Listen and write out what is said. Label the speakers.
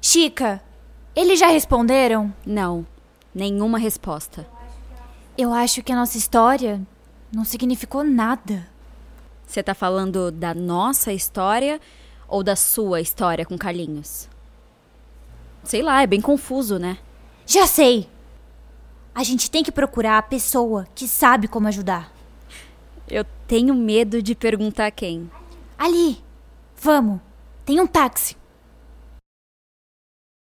Speaker 1: Chica, eles já responderam?
Speaker 2: Não, nenhuma resposta.
Speaker 1: Eu acho que a nossa história não significou nada.
Speaker 2: Você tá falando da nossa história ou da sua história com Carlinhos? Sei lá, é bem confuso, né?
Speaker 1: Já sei! A gente tem que procurar a pessoa que sabe como ajudar.
Speaker 2: Eu tenho medo de perguntar quem.
Speaker 1: Ali! Vamos! Tem um táxi!